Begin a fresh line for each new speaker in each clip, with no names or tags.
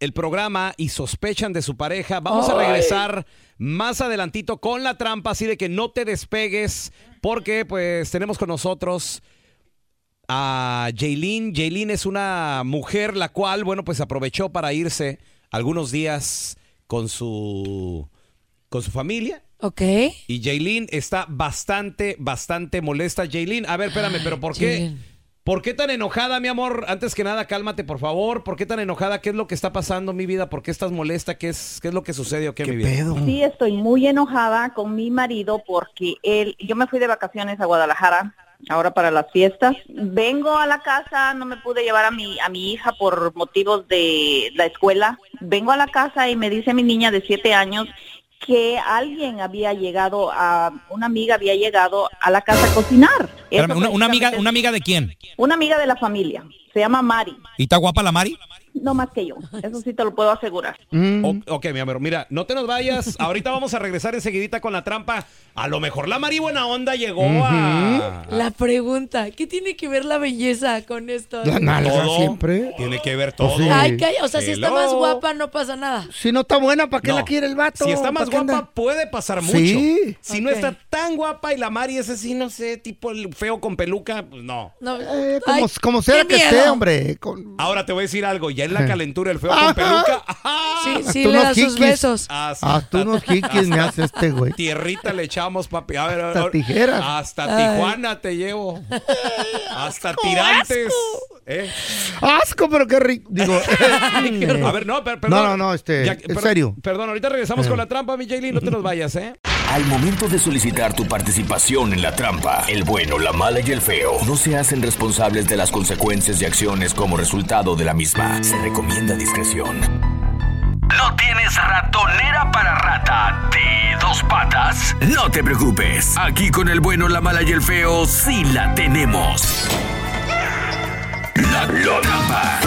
el programa y sospechan de su pareja, vamos a
Ay.
regresar más adelantito con la trampa, así de que no te despegues, porque pues tenemos con nosotros a Jaylin. Jaylin es una mujer la cual, bueno, pues aprovechó para irse algunos días con su con su familia.
Ok.
¿Eh?
Y Jaylin está bastante, bastante molesta. Jaylin, a ver, espérame, pero ¿por qué?
Jaylin.
¿Por qué tan enojada, mi amor? Antes que nada, cálmate, por favor. ¿Por qué tan enojada? ¿Qué es lo que está pasando, mi vida? ¿Por qué estás molesta? ¿Qué es, qué es lo que sucede o qué, mi vida?
Sí, estoy muy enojada con mi marido porque él, yo me fui de vacaciones a Guadalajara, ahora para las fiestas. Vengo a la casa, no me pude llevar a mi, a mi hija por motivos de la escuela. Vengo a la casa y me dice mi niña de siete años que alguien había llegado a, una amiga había llegado a la casa a cocinar. Eso
Espérame, una, una amiga,
precisamente-
¿Una amiga de quién?
una amiga de la familia, se llama Mari,
¿Y está guapa la Mari?
no más que yo, eso sí te lo puedo asegurar.
O- ok, mi amor, mira, no te nos vayas. Ahorita vamos a regresar enseguidita con la trampa. A lo mejor la Mari Buena Onda llegó a...
La pregunta, ¿qué tiene que ver la belleza con esto?
La nalga
Todo.
siempre. Pues
Tiene que ver todo.
sí.
Ay, calla, o sea, si está
Hello.
más guapa no pasa nada.
Si no está buena, ¿para qué
No.
la quiere el vato?
Si está
¿Para
más
qué anda?
guapa, puede pasar mucho.
Sí.
Si no
Ok.
está tan guapa y la Mari es así, no sé, tipo el feo con peluca, pues no.
No.
Eh, como,
Ay,
como sea
qué
que esté,
miedo.
hombre. Con-
Ahora te voy a decir algo, ya en la calentura el feo con
Ajá.
peluca. ¡ah!
Sí, sí,
Tú
le
no
da sus
jiquis.
besos.
Hasta,
Hasta unos jiquis me hace este güey.
tierrita le echamos, papi. A ver, a ver,
Hasta
ahora-
tijeras.
Hasta
Ay.
Tijuana te llevo. Hasta tirantes. ¿eh?
Asco, pero qué rico. Digo, eh, mm.
A ver, no, per- perdón.
No, no, no, este, en
per-
serio. Eh.
Perdón, ahorita regresamos con la trampa, mi Jaylin, no te nos vayas, ¿eh?
Al momento de solicitar tu participación en la trampa, el bueno, la mala y el feo no se hacen responsables de las consecuencias y acciones como resultado de la misma. Se recomienda discreción. ¿No tienes ratonera para rata de dos patas? No te preocupes. Aquí con el bueno, la mala y el feo sí la tenemos. La, la trampa.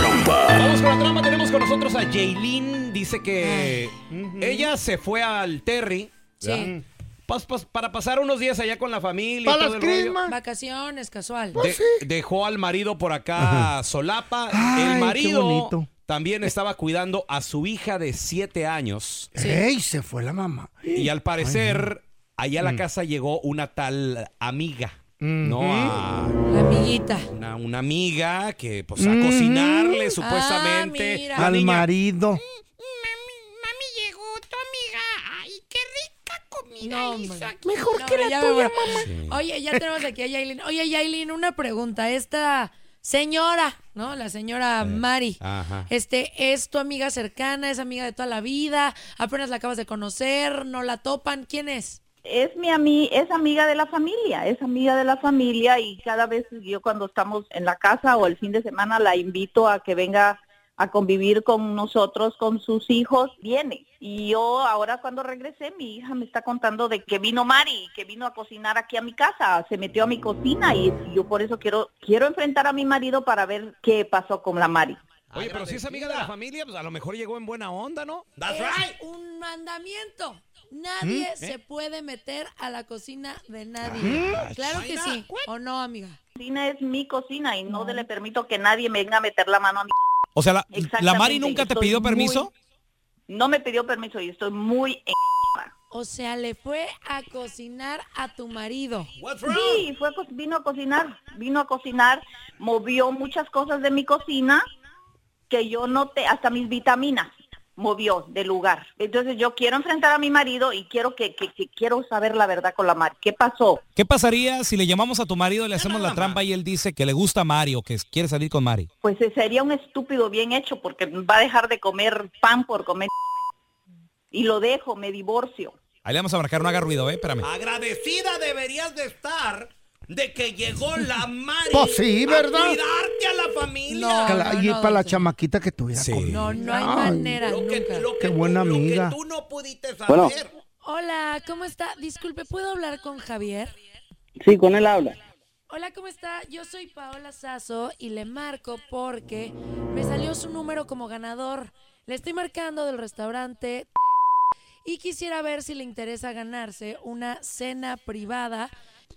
Vamos con la trampa, tenemos con nosotros a Jaylin. Dice que ella se fue al Terry
Sí.
pas- pas- para pasar unos días allá con la familia. y
Mm. para
todo
las
el rollo.
crismas.
Vacaciones, casual.
De- Dejó al marido por acá solapa.
Ay,
el
qué
marido
bonito.
también estaba cuidando a su hija de siete años.
Ey, se fue la mamá.
Y al parecer, allá a
Mm.
la casa llegó una tal amiga. No, a
Amiguita.
una, una amiga que pues a cocinarle supuestamente.
Mm. Ah, mira.
La
Al
niña-
marido.
No, Mejor que la tuya, mamá. Oye, ya tenemos aquí a Yailin. Oye, Yailin, una pregunta. Esta señora, ¿no? La señora Mari.
Eh, Ajá.
Este, es tu amiga cercana, es amiga de toda la vida, apenas la acabas de conocer, no la topan. ¿Quién es?
es mi ami es amiga de la familia, es amiga de la familia y cada vez yo cuando estamos en la casa o el fin de semana la invito a que venga a convivir con nosotros, con sus hijos, viene. Y yo ahora cuando regresé, mi hija me está contando de que vino Mari, que vino a cocinar aquí a mi casa, se metió a mi cocina y yo por eso quiero, quiero enfrentar a mi marido para ver qué pasó con la Mari.
Oye, pero si es amiga de la familia, pues a lo mejor llegó en buena onda, ¿no?
Es un mandamiento. Nadie
¿Mm? ¿Eh?
se puede meter a la cocina de nadie.
Ah,
Claro que
Mayra.
sí. ¿O no, amiga?
Cocina es mi cocina y no, le permito que nadie me venga a meter la mano a mi
O sea, la,
Exactamente,
la Mari nunca te
estoy
pidió
muy-
permiso.
No me pidió permiso y estoy muy en...
O sea, le fue a cocinar a tu marido.
Sí, fue, a co- vino a cocinar, vino a cocinar, movió muchas cosas de mi cocina que yo noté, hasta mis vitaminas movió de lugar. Entonces yo quiero enfrentar a mi marido y quiero que, que- que quiero saber la verdad con la Mari. ¿Qué pasó?
¿Qué pasaría si le llamamos a tu marido, le hacemos la trampa y él dice que le gusta Mari o que quiere salir con Mari?
Pues eh, sería un estúpido bien hecho porque va a dejar de comer pan por comer y lo dejo, me divorcio.
Ahí le vamos a marcar, no haga ruido, ¿eh? Espérame.
Agradecida deberías de estar de que llegó la Mari
Pues sí, ¿verdad?
a cuidarte a la familia.
No,
Cala-
no,
y
no,
para la
don Cheto.
chamaquita que tuviera.
Sí.
con-
No, no hay
Ay,
manera
Lo que,
nunca.
lo que
Qué
tú-
buena
lo que
amiga.
tú no pudiste saber.
Bueno.
Hola, ¿cómo está? Disculpe, ¿puedo hablar con Javier?
Sí, con él habla.
Hola, ¿cómo está? Yo soy Paola Sazo y le marco porque me salió su número como ganador. Le estoy marcando del restaurante y quisiera ver si le interesa ganarse una cena privada.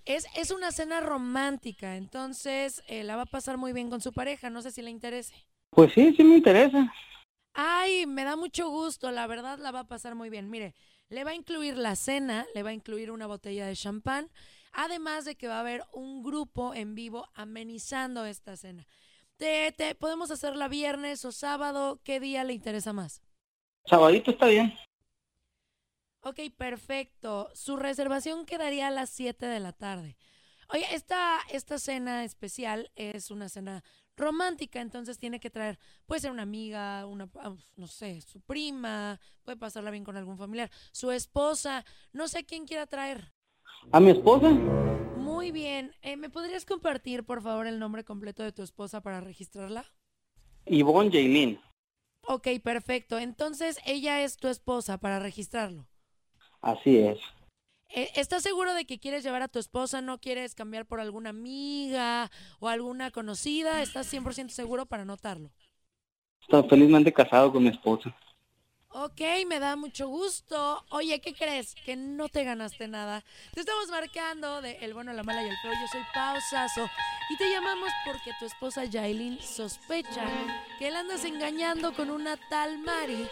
Es, es una cena romántica, entonces eh, la va a pasar muy bien con su pareja, no sé si le interese.
Pues sí, sí me interesa.
Ay, me da mucho gusto, la verdad la va a pasar muy bien. Mire, le va a incluir la cena, le va a incluir una botella de champán, además de que va a haber un grupo en vivo amenizando esta cena. Te, te- podemos hacerla viernes o sábado, ¿qué día le interesa más?
Sabadito está bien.
Ok, perfecto. Su reservación quedaría a las 7 de la tarde. Oye, esta, esta cena especial es una cena romántica, entonces tiene que traer, puede ser una amiga, una, ah, no sé, su prima, puede pasarla bien con algún familiar, su esposa, no sé quién quiera traer.
¿A mi esposa?
Muy bien, Eh, ¿me podrías compartir por favor el nombre completo de tu esposa para registrarla?
Ivonne Jailin.
Ok, perfecto, entonces ella es tu esposa para registrarlo.
Así es.
Eh, ¿Estás seguro de que quieres llevar a tu esposa? ¿No quieres cambiar por alguna amiga o alguna conocida? ¿Estás 100% seguro para anotarlo?
Estoy felizmente casado con mi esposa.
Ok, me da mucho gusto. Oye, ¿qué crees? Que no te ganaste nada. Te estamos marcando de El Bueno, la Mala y el Feo. Yo soy Pau Sasso y te llamamos porque tu esposa Yailin sospecha que la andas engañando con una tal Mari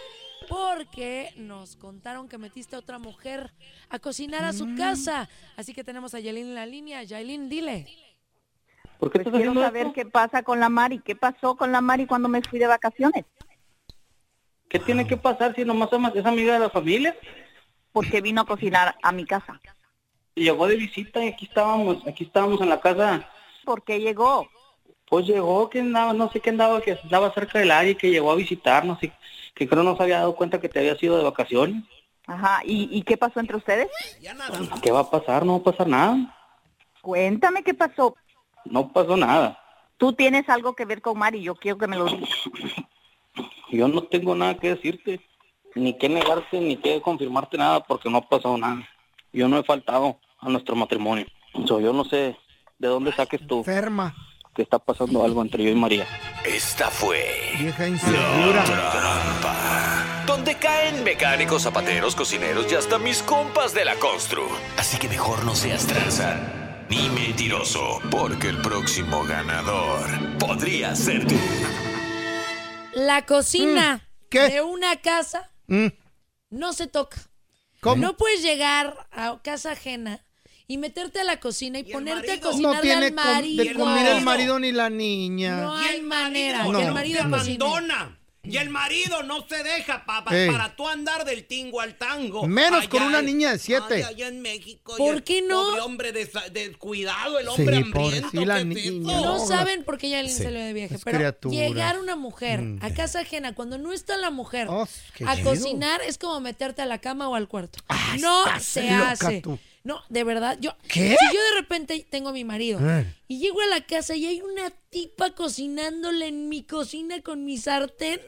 porque nos contaron que metiste a otra mujer a cocinar a su casa. Así que tenemos a Yailin en la línea. Yailin, dile.
¿Por qué
Pues
estás
quiero
haciendo
saber
esto?
qué pasa con la Mari, qué pasó con la Mari cuando me fui de vacaciones.
¿Qué tiene que pasar si nomás amas- es amiga de la familia?
porque vino a cocinar a mi casa.
Y llegó de visita y aquí estábamos, aquí estábamos en la casa.
Porque llegó.
Pues llegó que andaba, no sé qué andaba, que andaba cerca del área y que llegó a visitarnos y que creo no se había dado cuenta que te había sido de vacaciones.
Ajá. ¿Y, y qué pasó entre ustedes?
¿Qué va a pasar? No va a pasar nada.
Cuéntame qué pasó.
No pasó nada.
Tú tienes algo que ver con Mari, yo quiero que me lo digas.
Yo no tengo nada que decirte, ni que negarte, ni que confirmarte nada, porque no ha pasado nada. Yo no he faltado a nuestro matrimonio. So, yo no sé de dónde saques tú
Enferma,
que está pasando algo entre yo y María.
Esta fue
vieja insegura.
Trampa. Donde caen mecánicos, zapateros, cocineros y hasta mis compas de la constru. Así que mejor no seas tranza ni mentiroso, porque el próximo ganador podría ser tú.
La cocina
Mm. ¿qué?
de una casa
Mm,
no se toca.
¿Cómo?
No puedes llegar a casa ajena y meterte a la cocina y, ponerte a
No,
cocinarle
tiene
al
com-
marido.
de comer el marido ni la niña.
No hay manera.
No.
El marido
Te
cocina.
abandona. Y el marido no se deja pa- pa-
Ey.
para tú andar del tingo al tango.
Menos
Allá
con una
en-
niña de siete.
ay, allá en México. y
¿Por
el
qué no?
Pobre hombre desa- descuidado, el hombre
Sí,
hambriento.
pobrecilla
¿qué es
niña.
eso?
No saben por qué ya le
Sí.
salió de viaje,
Es
pero
criatura.
llegar una mujer
Mm. Oh,
a casa ajena cuando no está la mujer
qué
a
miedo.
cocinar es como meterte a la cama o al cuarto. no
estás
se
loca
hace.
tú.
No, de verdad, yo
¿Qué?
si yo de repente tengo a mi marido
Eh.
y llego a la casa y hay una tipa cocinándole en mi cocina con mi sartén,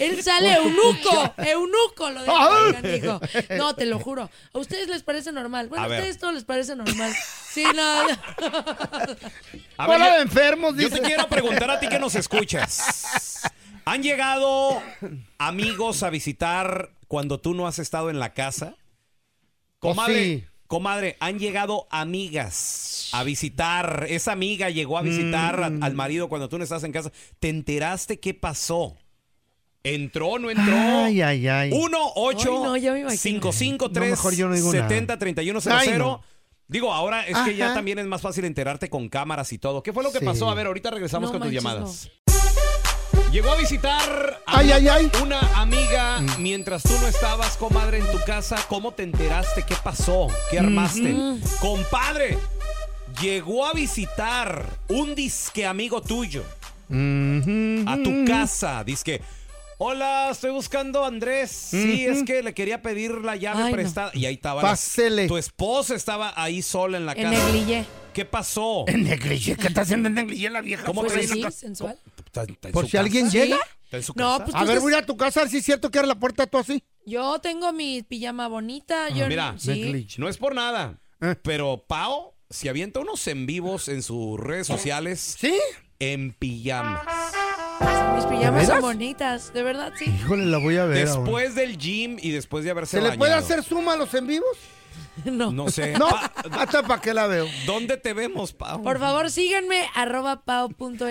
él sale
Con tu
eunuco,
cuchara.
eunuco lo dejo,
¡Ay!
oigan, dijo. No, te lo juro. ¿A ustedes les parece normal? Bueno,
A
a
ver.
ustedes todo les parece normal. Sí, no.
A ver,
Hola
yo-
de enfermos,
Yo te
dice.
quiero preguntar a ti que nos escuchas. ¿Han llegado amigos a visitar cuando tú no has estado en la casa? Comadre,
Oh, sí.
comadre, han llegado amigas a visitar. Esa amiga llegó a visitar
Mm.
a- al marido cuando tú no estás en casa. ¿Te enteraste qué pasó? ¿Entró no entró?
Ay, ay, ay.
1 8
Ay, no, ya me imagino.
5 5 3
No, mejor yo no digo nada.
70 31
Ay,
00
no.
Digo, ahora es que ya
Ajá.
también es más fácil enterarte con cámaras y todo. ¿Qué fue lo que
Sí.
pasó? A ver, ahorita regresamos
No
con
manches,
tus llamadas. Llegó a visitar a
Ay, ay, Mm. ay.
una amiga mientras tú no estabas, comadre, en tu casa. ¿Cómo te enteraste? ¿Qué pasó? ¿Qué armaste? Compadre, llegó a visitar un disque amigo tuyo a
Mm.
tu casa. Dice hola, estoy buscando a Andrés. Sí, es que le quería pedir la llave
Ay, no.
prestada. Y ahí estaba. la-
Pásele.
tu esposa estaba ahí sola en la
En
casa.
negligé.
¿Qué pasó?
En negligé, ¿qué está haciendo en negligé la vieja?
¿Cómo
Pues
te
sí, sensual.
¿Está- está en
Por
su
si alguien
casa?
llega.
¿Está en su
¿Ah, No,
casa?
pues
A
tú
ver,
estás-
voy a ir a tu casa a ver si es cierto que era la puerta tú así.
Yo tengo mi pijama bonita. Ah, Yo,
Ah, Mira,
sí.
no es por nada,
Eh.
pero Pau se avienta unos en vivos en sus redes sociales
¿Sí?
en pijama.
mis pijamas son
veras?
bonitas. De verdad, sí.
Híjole, la voy a ver. ahora.
Después del gym y después de haberse
¿Se le puede
bañado.
hacer suma a los en vivos?
No.
No sé.
No,
Pa-
hasta para qué la veo.
¿Dónde te vemos, Pau?
Por favor, síganme arroba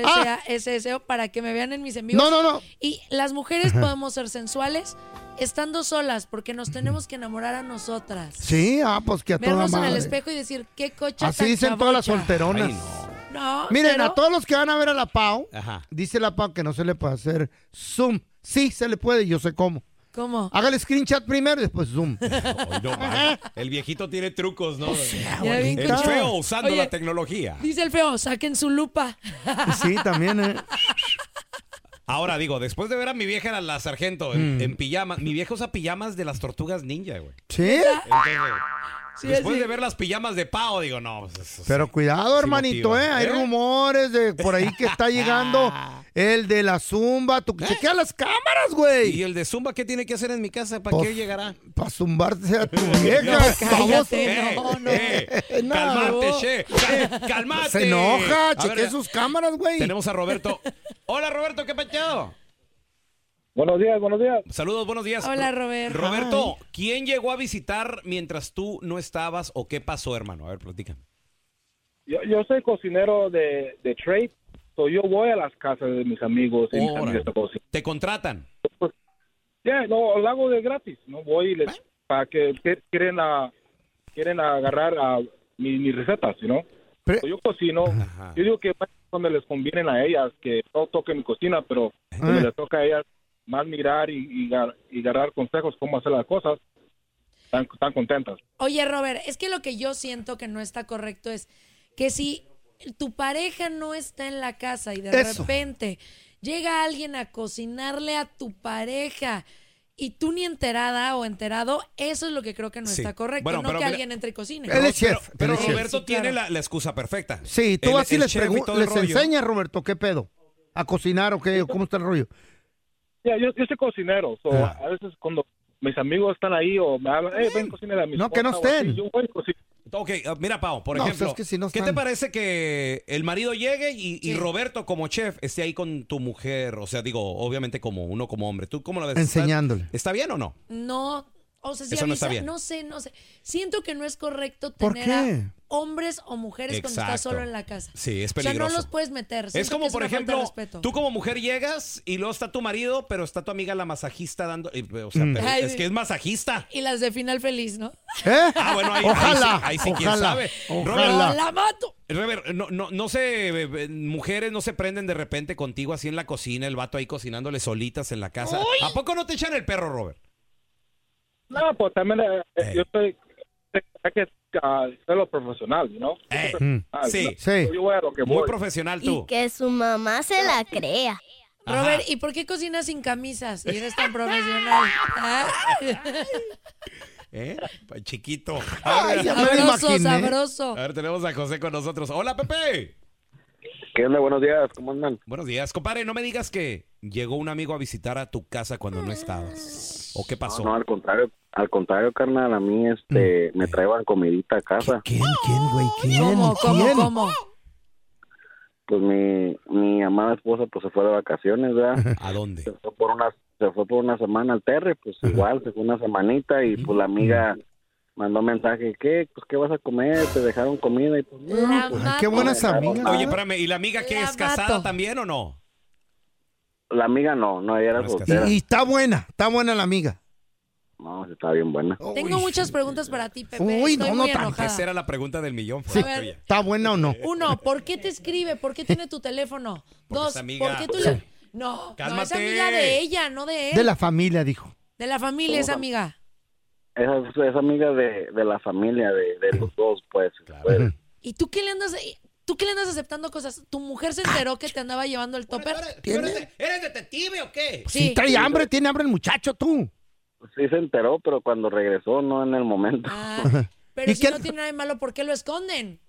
pao.sasso para que me vean en mis envíos.
No, no, no.
Y las mujeres podemos ser sensuales estando solas porque nos tenemos que enamorar a nosotras.
Sí, ah, pues que a toda
Vernos en
madre.
el espejo y decir, qué cocha
Así
tan
dicen todas las
chavocha". Oh,
solteronas.
Ay, no.
No,
Miren,
pero-
a todos los que van a ver a la Pau,
Ajá.
dice la Pau que no se le puede hacer zoom. Sí, se le puede, yo sé cómo.
¿Cómo?
Hágale screenshot primero y después zoom.
Ay, no, man. El viejito tiene trucos, ¿no?
Ya vi
El
cómo-
feo usando
Oye,
la tecnología.
Dice el feo, saquen su lupa.
Sí, también, ¿eh?
Ahora digo, después de ver a mi vieja, la, la sargento, en, en pijama, mi vieja usa pijamas de las tortugas ninja, güey.
Sí,
Entonces,
Sí,
después
así.
de ver las pijamas de Pao, digo, no. pues, eso-
pero cuidado,
Sí
hermanito,
motiva.
¿eh? Hay
¿Eh? Ah.
rumores de por ahí que está llegando el de la zumba.
¿Eh?
Tú chequea las cámaras,
¿Y
güey.
el de Zumba qué tiene que hacer en mi casa? ¿Para
Pues,
qué llegará?
Para zumbarte a tu vieja. baboso.
cállate, no, no.
No.
Eh, Calmate, che. Ca- Calmate.
Se enoja,
A ver,
chequea sus cámaras, güey.
Tenemos a Roberto. Hola, Roberto, ¿qué pachado?
Buenos días, buenos días.
Saludos, buenos días.
Hola,
Ro-
Roberto.
Roberto, ¿quién llegó a visitar mientras tú no estabas o qué pasó, hermano? A ver, platícame.
Yo, yo soy cocinero de, de trade, so yo voy a las casas de mis amigos y mis
Órale.
amigas a cocinar.
¿Te contratan?
Ya, no, lo hago de gratis, no voy y les,
¿Eh?
para que, que quieren a, quieren agarrar a mi- mis recetas, ¿no?
Pero-
So yo cocino,
Ajá.
yo digo que más cuando les convienen a ellas, que no toquen mi cocina, pero
Eh.
cuando
Ah.
les toca a ellas más mirar y, y, gar- y agarrar consejos cómo hacer las cosas, están, están contentas.
Oye, Robert, es que lo que yo siento que no está correcto es que si tu pareja no está en la casa y de
Eso.
repente llega alguien a cocinarle a tu pareja y tú ni enterada o enterado, eso es lo que creo que no
Sí.
está correcto,
Bueno,
no que
pero mira-
alguien entre y cocine.
Él es
Pero,
chef.
pero
él es chef.
Roberto
Sí, claro.
tiene la, la excusa perfecta.
Sí, tú
Él-
así
el
les,
chef y
pregun-
todo el
les
rollo.
enseñas, Roberto, qué pedo. ¿A cocinar o qué? ¿Cómo está el rollo?
Ya, yo, yo soy cocinero, so,
Ah.
a veces cuando mis amigos están ahí o me hablan, hey, ven cocina a mi
No, que no
esposa", o así,
estén.
yo voy y cocino.
Ok, ah, mira, Pau, por
No,
ejemplo,
pues es que si no
¿qué te
están-
parece que el marido llegue y, y
Sí.
Roberto como chef esté ahí con tu mujer? O sea, digo, obviamente como uno como hombre. ¿Tú cómo lo ves? ¿Está-
Enseñándole.
¿Está bien o no?
No, o sea, si
Eso no está
avisa-
bien.
no sé, no sé. Siento que no es correcto
¿Por
tener a
qué?
hombres o mujeres cuando estás
Exacto.
solo en la casa.
Sí, es
O sea, no
peligroso.
los puedes meter.
es
Siento
como,
que
por
una falta de
ejemplo,
respeto.
tú como mujer llegas y luego está tu marido, pero está tu amiga la masajista dando... eh, O
Mm.
sea, pero
Ay,
es que es masajista.
Y las de final feliz, ¿no?
¿Eh?
Ah, bueno, ahí, ahí
ojalá,
sí- ahí sí, quién
ojalá,
sabe.
ojalá.
Robert,
¡La mato!
Rever, no, no, no se. eh, Mujeres no se prenden de repente contigo así en la cocina, el vato ahí cocinándole solitas en la casa. ¿A poco no te echan el perro, Robert?
No, pues también eh, yo estoy, hay que ah, ser lo profesional, ¿no?
Eh,
Ah,
Profesional,
Mm. sí,
¿no? Yo voy a lo que
Muy
voy.
profesional
Y que su mamá se la crea.
Ajá.
Robert, ¿y por qué cocinas sin camisas si eres tan profesional? ¿Ah?
¿Eh? Pa- Chiquito.
Ay, ya me lo Sabroso, imaginé. sabroso.
A ver, tenemos a José con nosotros. Hola, Pepe.
¿Qué onda? Buenos días, ¿cómo andan?
Buenos días, compadre. No me digas que llegó un amigo a visitar a tu casa cuando no estabas. ¿O qué pasó? Mm.
No, al contrario, al contrario, carnal, a mí este, me traían comidita a casa.
¿Quién, güey? ¿Quién?
¿Cómo, cómo,
¿Quién?
cómo?
Pues mi, mi amada esposa pues se fue de vacaciones, ¿verdad?
¿A dónde?
Se fue por una, se fue por una semana al terre, pues igual, se fue una semanita y pues la
Mm.
amiga mandó mensaje, ¿qué? Pues ¿qué vas a comer? Te dejaron comida y pues... no, pues, no me dejaron nada.
Oye, espérame, ¿y la amiga que es casada también o no?
La amiga no, no, ella era soltera.
Y, y está buena, está buena la amiga.
No, sí, está bien buena.
Tengo muchas preguntas para ti, Pepe.
Uy,
Estoy
no,
muy
no tan-
enojada.
Esa era la pregunta del millón.
Sí.
fue la tuya.
¿Está buena o no?
Uno, ¿por qué te escribe? ¿Por qué tiene tu teléfono?
Porque
Dos,
es amiga.
¿por qué tú le... No, no, es
Cálmate.
amiga de ella, no
¿Eh?
de él.
De la familia, dijo.
De la familia es amiga.
Esa es, es amiga de, de la familia, de, de los dos, pues. pues.
¿Y tú qué le andas... ¿Tú qué le andas aceptando cosas? ¿Tu mujer se enteró que te andaba llevando el topper?
¿Eres detective o qué?
Si trae hambre, tiene hambre el muchacho, tú.
Pues Sí se enteró, pero cuando regresó, no en el momento.
Ah. Pero si no tiene nada de malo, ¿por qué lo esconden?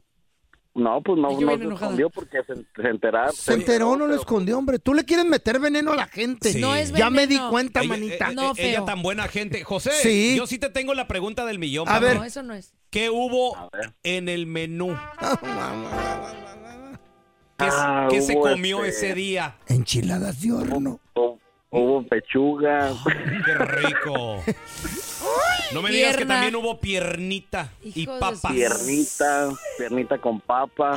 No, pues no,
Yo
no
bien
se
enojada.
escondió porque se, se enteraba.
Se enteró, no lo escondió, hombre. Tú le quieres meter veneno a la gente.
Sí. Pues No es
Ya me di
veneno.
cuenta,
Oye,
manita.
eh, eh, Ella tan buena gente. José,
Sí.
yo sí te tengo la pregunta del millón.
A
papá.
ver.
No, eso no es.
¿Qué hubo en el menú? ¿Qué, s-
Ah,
qué se
hubo
comió
este-
ese día?
Enchiladas de horno.
Hubo pechuga.
Ah, ¡Qué rico! No me digas que
Pierna.
también hubo piernita y
Hijo de
papas.
Piernita, piernita con papa.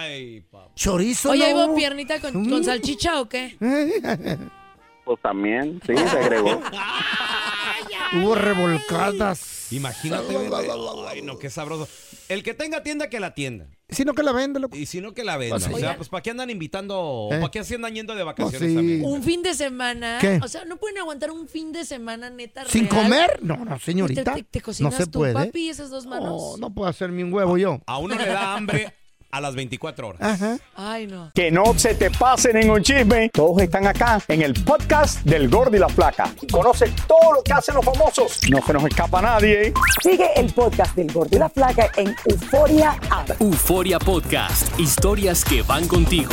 Ay,
Chorizo.
Oye,
no
¿hubo piernita con, con salchicha o qué?
Pues también, sí, se agregó.
Hubo revolcadas.
Imagínate. güey. Ay, no, qué sabroso. El que tenga tienda, que la tienda.
Si no que la vende, loco.
Y si no, que la venda.
Pues sí.
O sea, pues ¿para qué andan invitando? o
¿Eh?
¿Para qué andan yendo de vacaciones
sí.
también?
Un fin de semana.
¿Qué?
O sea, ¿no pueden aguantar un fin de semana neta
¿Sin
real?
comer? No, no,
¿Te,
señorita.
te- te cocinas
No se
tú,
puede.
papi, esas dos manos?
No, no puedo hacerme un huevo yo.
A uno le da hambre a las 24 horas.
Ajá.
Ay, no.
Que no se te pase ningún chisme. Todos están acá en el podcast del Gordi y la Flaca. Conoce todo lo que hacen los famosos. No se nos escapa nadie. ¿eh? Sigue el podcast del Gordi y la Flaca en Euforia
Ah. Euforia Podcast. Historias que van contigo.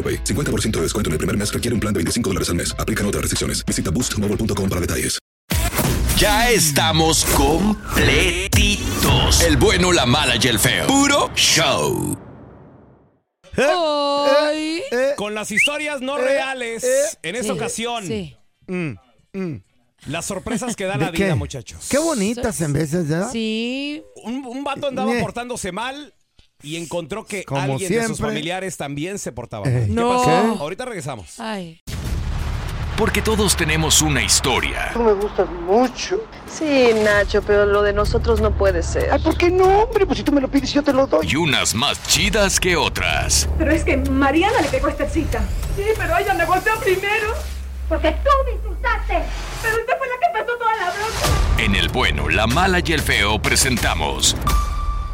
50% de descuento en el primer mes requiere un plan de 25 dólares al mes. Aplican otras restricciones. Visita boostmobile.com para detalles.
Ya estamos completitos. El bueno, la mala y el feo. Puro show.
Eh,
Ay. Con las historias no
Eh,
reales,
eh.
en esta
Sí,
ocasión,
sí.
Mm, mm.
las sorpresas que da
¿De
la
qué?
vida, muchachos.
Qué bonitas en veces, ¿verdad?
Sí.
Un, un vato andaba
Eh.
portándose mal y encontró que
Como
alguien de sus
siempre.
familiares también se portaba
Eh,
mal. ¿Qué
No.
pasó?
¿Qué?
Ahorita regresamos.
Ay.
Porque todos tenemos una historia.
me gustas mucho. Sí, Nacho, pero lo de nosotros no puede ser. Ay, ¿por qué no, hombre? Pues si tú me lo pides, yo te lo doy.
Y unas más chidas que otras.
Pero es que Mariana le pegó esta cita. Sí, pero ella me golpeó primero. Porque tú me insultaste. Pero usted fue la que pasó toda la bronca.
En El Bueno, la Mala y el Feo presentamos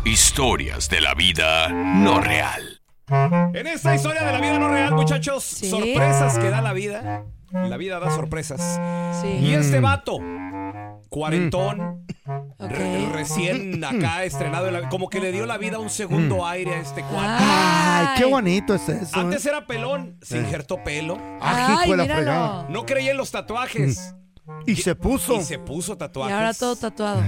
Historias de la Vida No Real.
En esta historia de la vida no real, muchachos, sorpresas que da la vida. La vida da sorpresas. Y
Mm.
este vato, cuarentón, re- recién acá estrenado, en la- como que le dio la vida un
Mm.
segundo aire a este cuarto.
Ah,
Ay, qué bonito es eso.
Antes era pelón, se
Ah, Eh.
injertó pelo.
Ah, hijo Ay, de la míralo. fregada.
No creía en los tatuajes.
Y se puso.
Y se puso
Y
tatuajes.
ahora todo tatuado.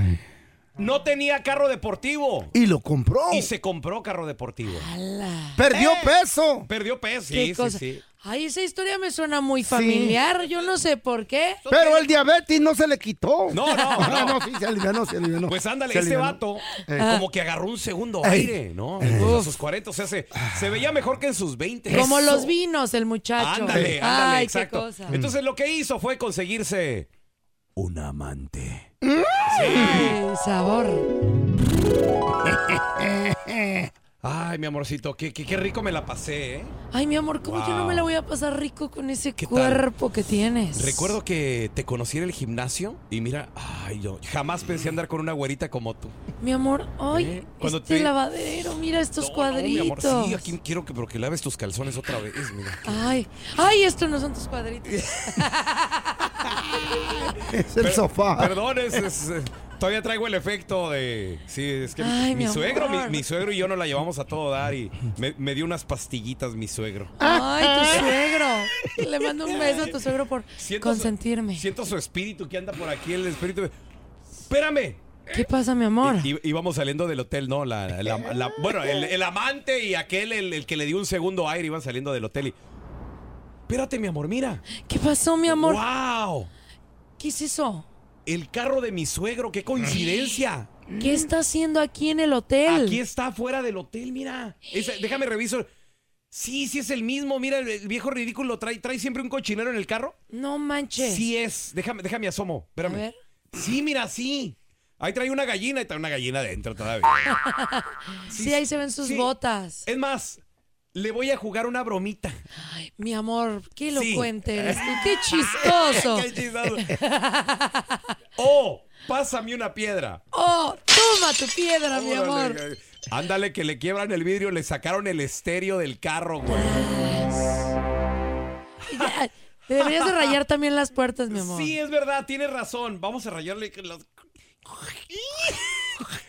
No tenía carro deportivo.
Y lo compró.
Y se compró carro deportivo. Eh.
Perdió peso.
Perdió peso.
Qué
Sí, sí,
cosa.
sí.
Ay, esa historia me suena muy familiar. Yo no sé por qué.
Pero el diabetes no se le quitó.
No, no, no.
sí, se alivianó, se alivianó.
Pues ándale,
Se
este
alivianó.
vato
Eh.
como que agarró un segundo
Ey.
aire, ¿no?
Ey.
A sus 40, o sea, se, se veía mejor que en sus 20.
Como los vinos, el muchacho.
Ándale, ándale,
Ay,
exacto. Mm.
qué cosa.
Entonces lo que hizo fue conseguirse un amante.
Ay, sabor.
Ay, mi amorcito, qué, qué, qué rico me la pasé, ¿eh?
Ay, mi amor, ¿cómo que no me la voy a pasar rico con ese cuerpo que tienes?
Recuerdo que te conocí en el gimnasio y mira, ay, yo jamás pensé andar con una güerita como tú.
Mi amor, ay,
¿Eh? Cuando
este
te-
lavadero, mira estos
No,
cuadritos.
mi amor, sí, aquí quiero que, pero que laves tus calzones otra vez, mira.
Ay, ay, estos no son tus cuadritos.
Es el
Per-
sofá.
Perdón, es, es, eh, todavía traigo el efecto de. Sí, es que
Ay,
mi,
mi
suegro, mi,
amor.
mi suegro y yo nos la llevamos a todo dar y me, me dio unas pastillitas mi suegro.
Ay, tu suegro. Le mando un beso a tu suegro por consentirme.
Siento su espíritu que anda por aquí, el espíritu. de- Espérame.
¿Qué pasa, mi amor?
Y- y- Íbamos saliendo del hotel, ¿no? La, la- la- bueno, el, el amante y aquel, el, el que le dio un segundo aire, iban saliendo del hotel y. Espérate, mi amor, mira.
¿Qué pasó, mi amor?
¡Wow!
¿Qué es eso?
El carro de mi suegro, qué coincidencia.
¿Qué está haciendo aquí en el hotel?
Mm. Aquí está fuera del hotel, mira. Ese- déjame reviso. Sí, sí es el mismo. Mira, el, el viejo ridículo trae, trae siempre un cochinero en el carro.
No manches.
Sí es. Déjame, déjame asomo. Espérame. Sí, mira, sí. Ahí trae una gallina y trae una gallina adentro todavía.
Sí, ahí se ven sus botas.
Es más, le voy a jugar una bromita.
Mi amor, qué
Sí.
elocuente eres tú, Qué chistoso.
Qué chistoso. Oh, pásame una piedra.
Oh, toma tu piedra, mi
Órale,
amor.
güey. Ándale, que le quiebran el vidrio, le sacaron el estéreo del carro, güey.
Ya, Te deberías de rayar también las puertas, mi amor.
Sí, es verdad, tienes razón. Vamos a rayarle que los-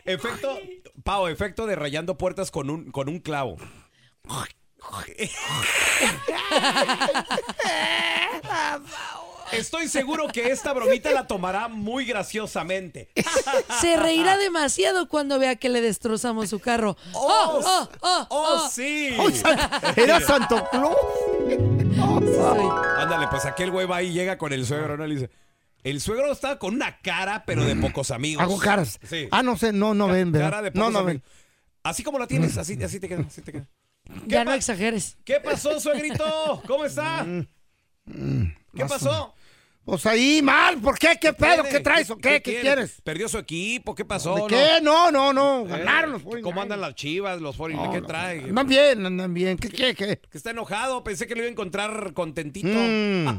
Efecto, Pau, efecto de rayando puertas con un, con un clavo. Estoy seguro que esta bromita la tomará muy graciosamente.
Se reirá demasiado cuando vea que le destrozamos su carro.
Oh,
¡Oh, oh, oh!
oh, sí!
Era Santo Claus.
Ándale, pues aquel güey va ahí y llega con el suegro, ¿no? Le dice. El suegro estaba con una cara, pero de pocos amigos.
Mm. Hago caras.
Sí.
Ah, no sé, no, no ven, ¿verdad?
Cara de
No,
pocos
no ven.
amigos. Así como la tienes, así, así te queda, así te queda.
Ya no exageres.
¿Qué pasó, suegrito? ¿Cómo está?
Mm.
¿Qué pasó?
Pues ahí, mal, ¿por qué? ¿Qué pedo?
tiene?
¿Qué traes o qué? ¿Qué
tiene?
quieres?
¿Perdió su equipo? ¿Qué pasó?
¿De qué? No, pues, no, no.
Eh,
Ganaron los
¿Cómo andan las chivas, los 49? ¿Qué trae?
Andan bien, andan bien. ¿Qué, qué, qué? Mm.
Que está enojado, pensé que lo iba a encontrar contentito.
No,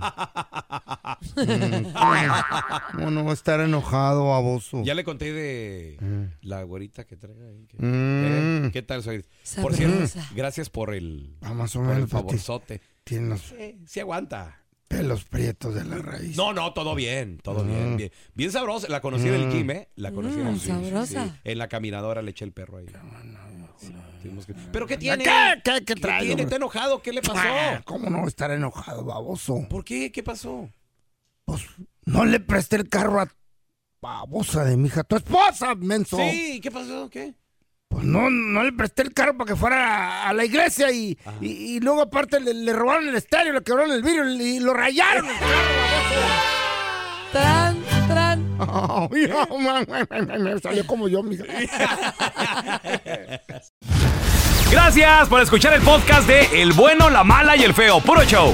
no va a estar enojado, baboso.
Ya le conté de la güerita que trae ahí. que-
Mm.
Eh, ¿Qué tal, suegrito? Por
Sabrosa.
cierto, gracias por el,
Ah, más o
por el
menos, Pati.
favorzote.
Tiene los
Eh, sí aguanta.
pelos prietos de la raíz.
No, no, todo bien, todo bien, bien. Bien sabrosa. La conocí del
Mm.
Kim, ¿eh? La conocí
Mm,
del gym, sí,
sabrosa.
sí. En la caminadora le eché el perro ahí. Sí, tuvimos que- ¿Pero qué tiene?
¿Qué? ¿Qué, qué traes,
tiene?
hombre?
¿Está enojado? ¿Qué le pasó?
Ah, ¿Cómo no va a estar enojado, baboso?
¿Por qué? ¿Qué pasó?
No le presté el carro a babosa de mi hija, tu esposa, menso.
Sí, ¿qué pasó? ¿Qué?
Pues no, no le presté el carro para que fuera a, a la iglesia y, y, y luego aparte le, le robaron el estéreo, le quebraron el vidrio y lo rayaron.
Tran, tran.
Ay, no, man, man, man, man, salió como yo, mija.
Gracias por escuchar el podcast de El bueno, la mala y el feo. Puro show.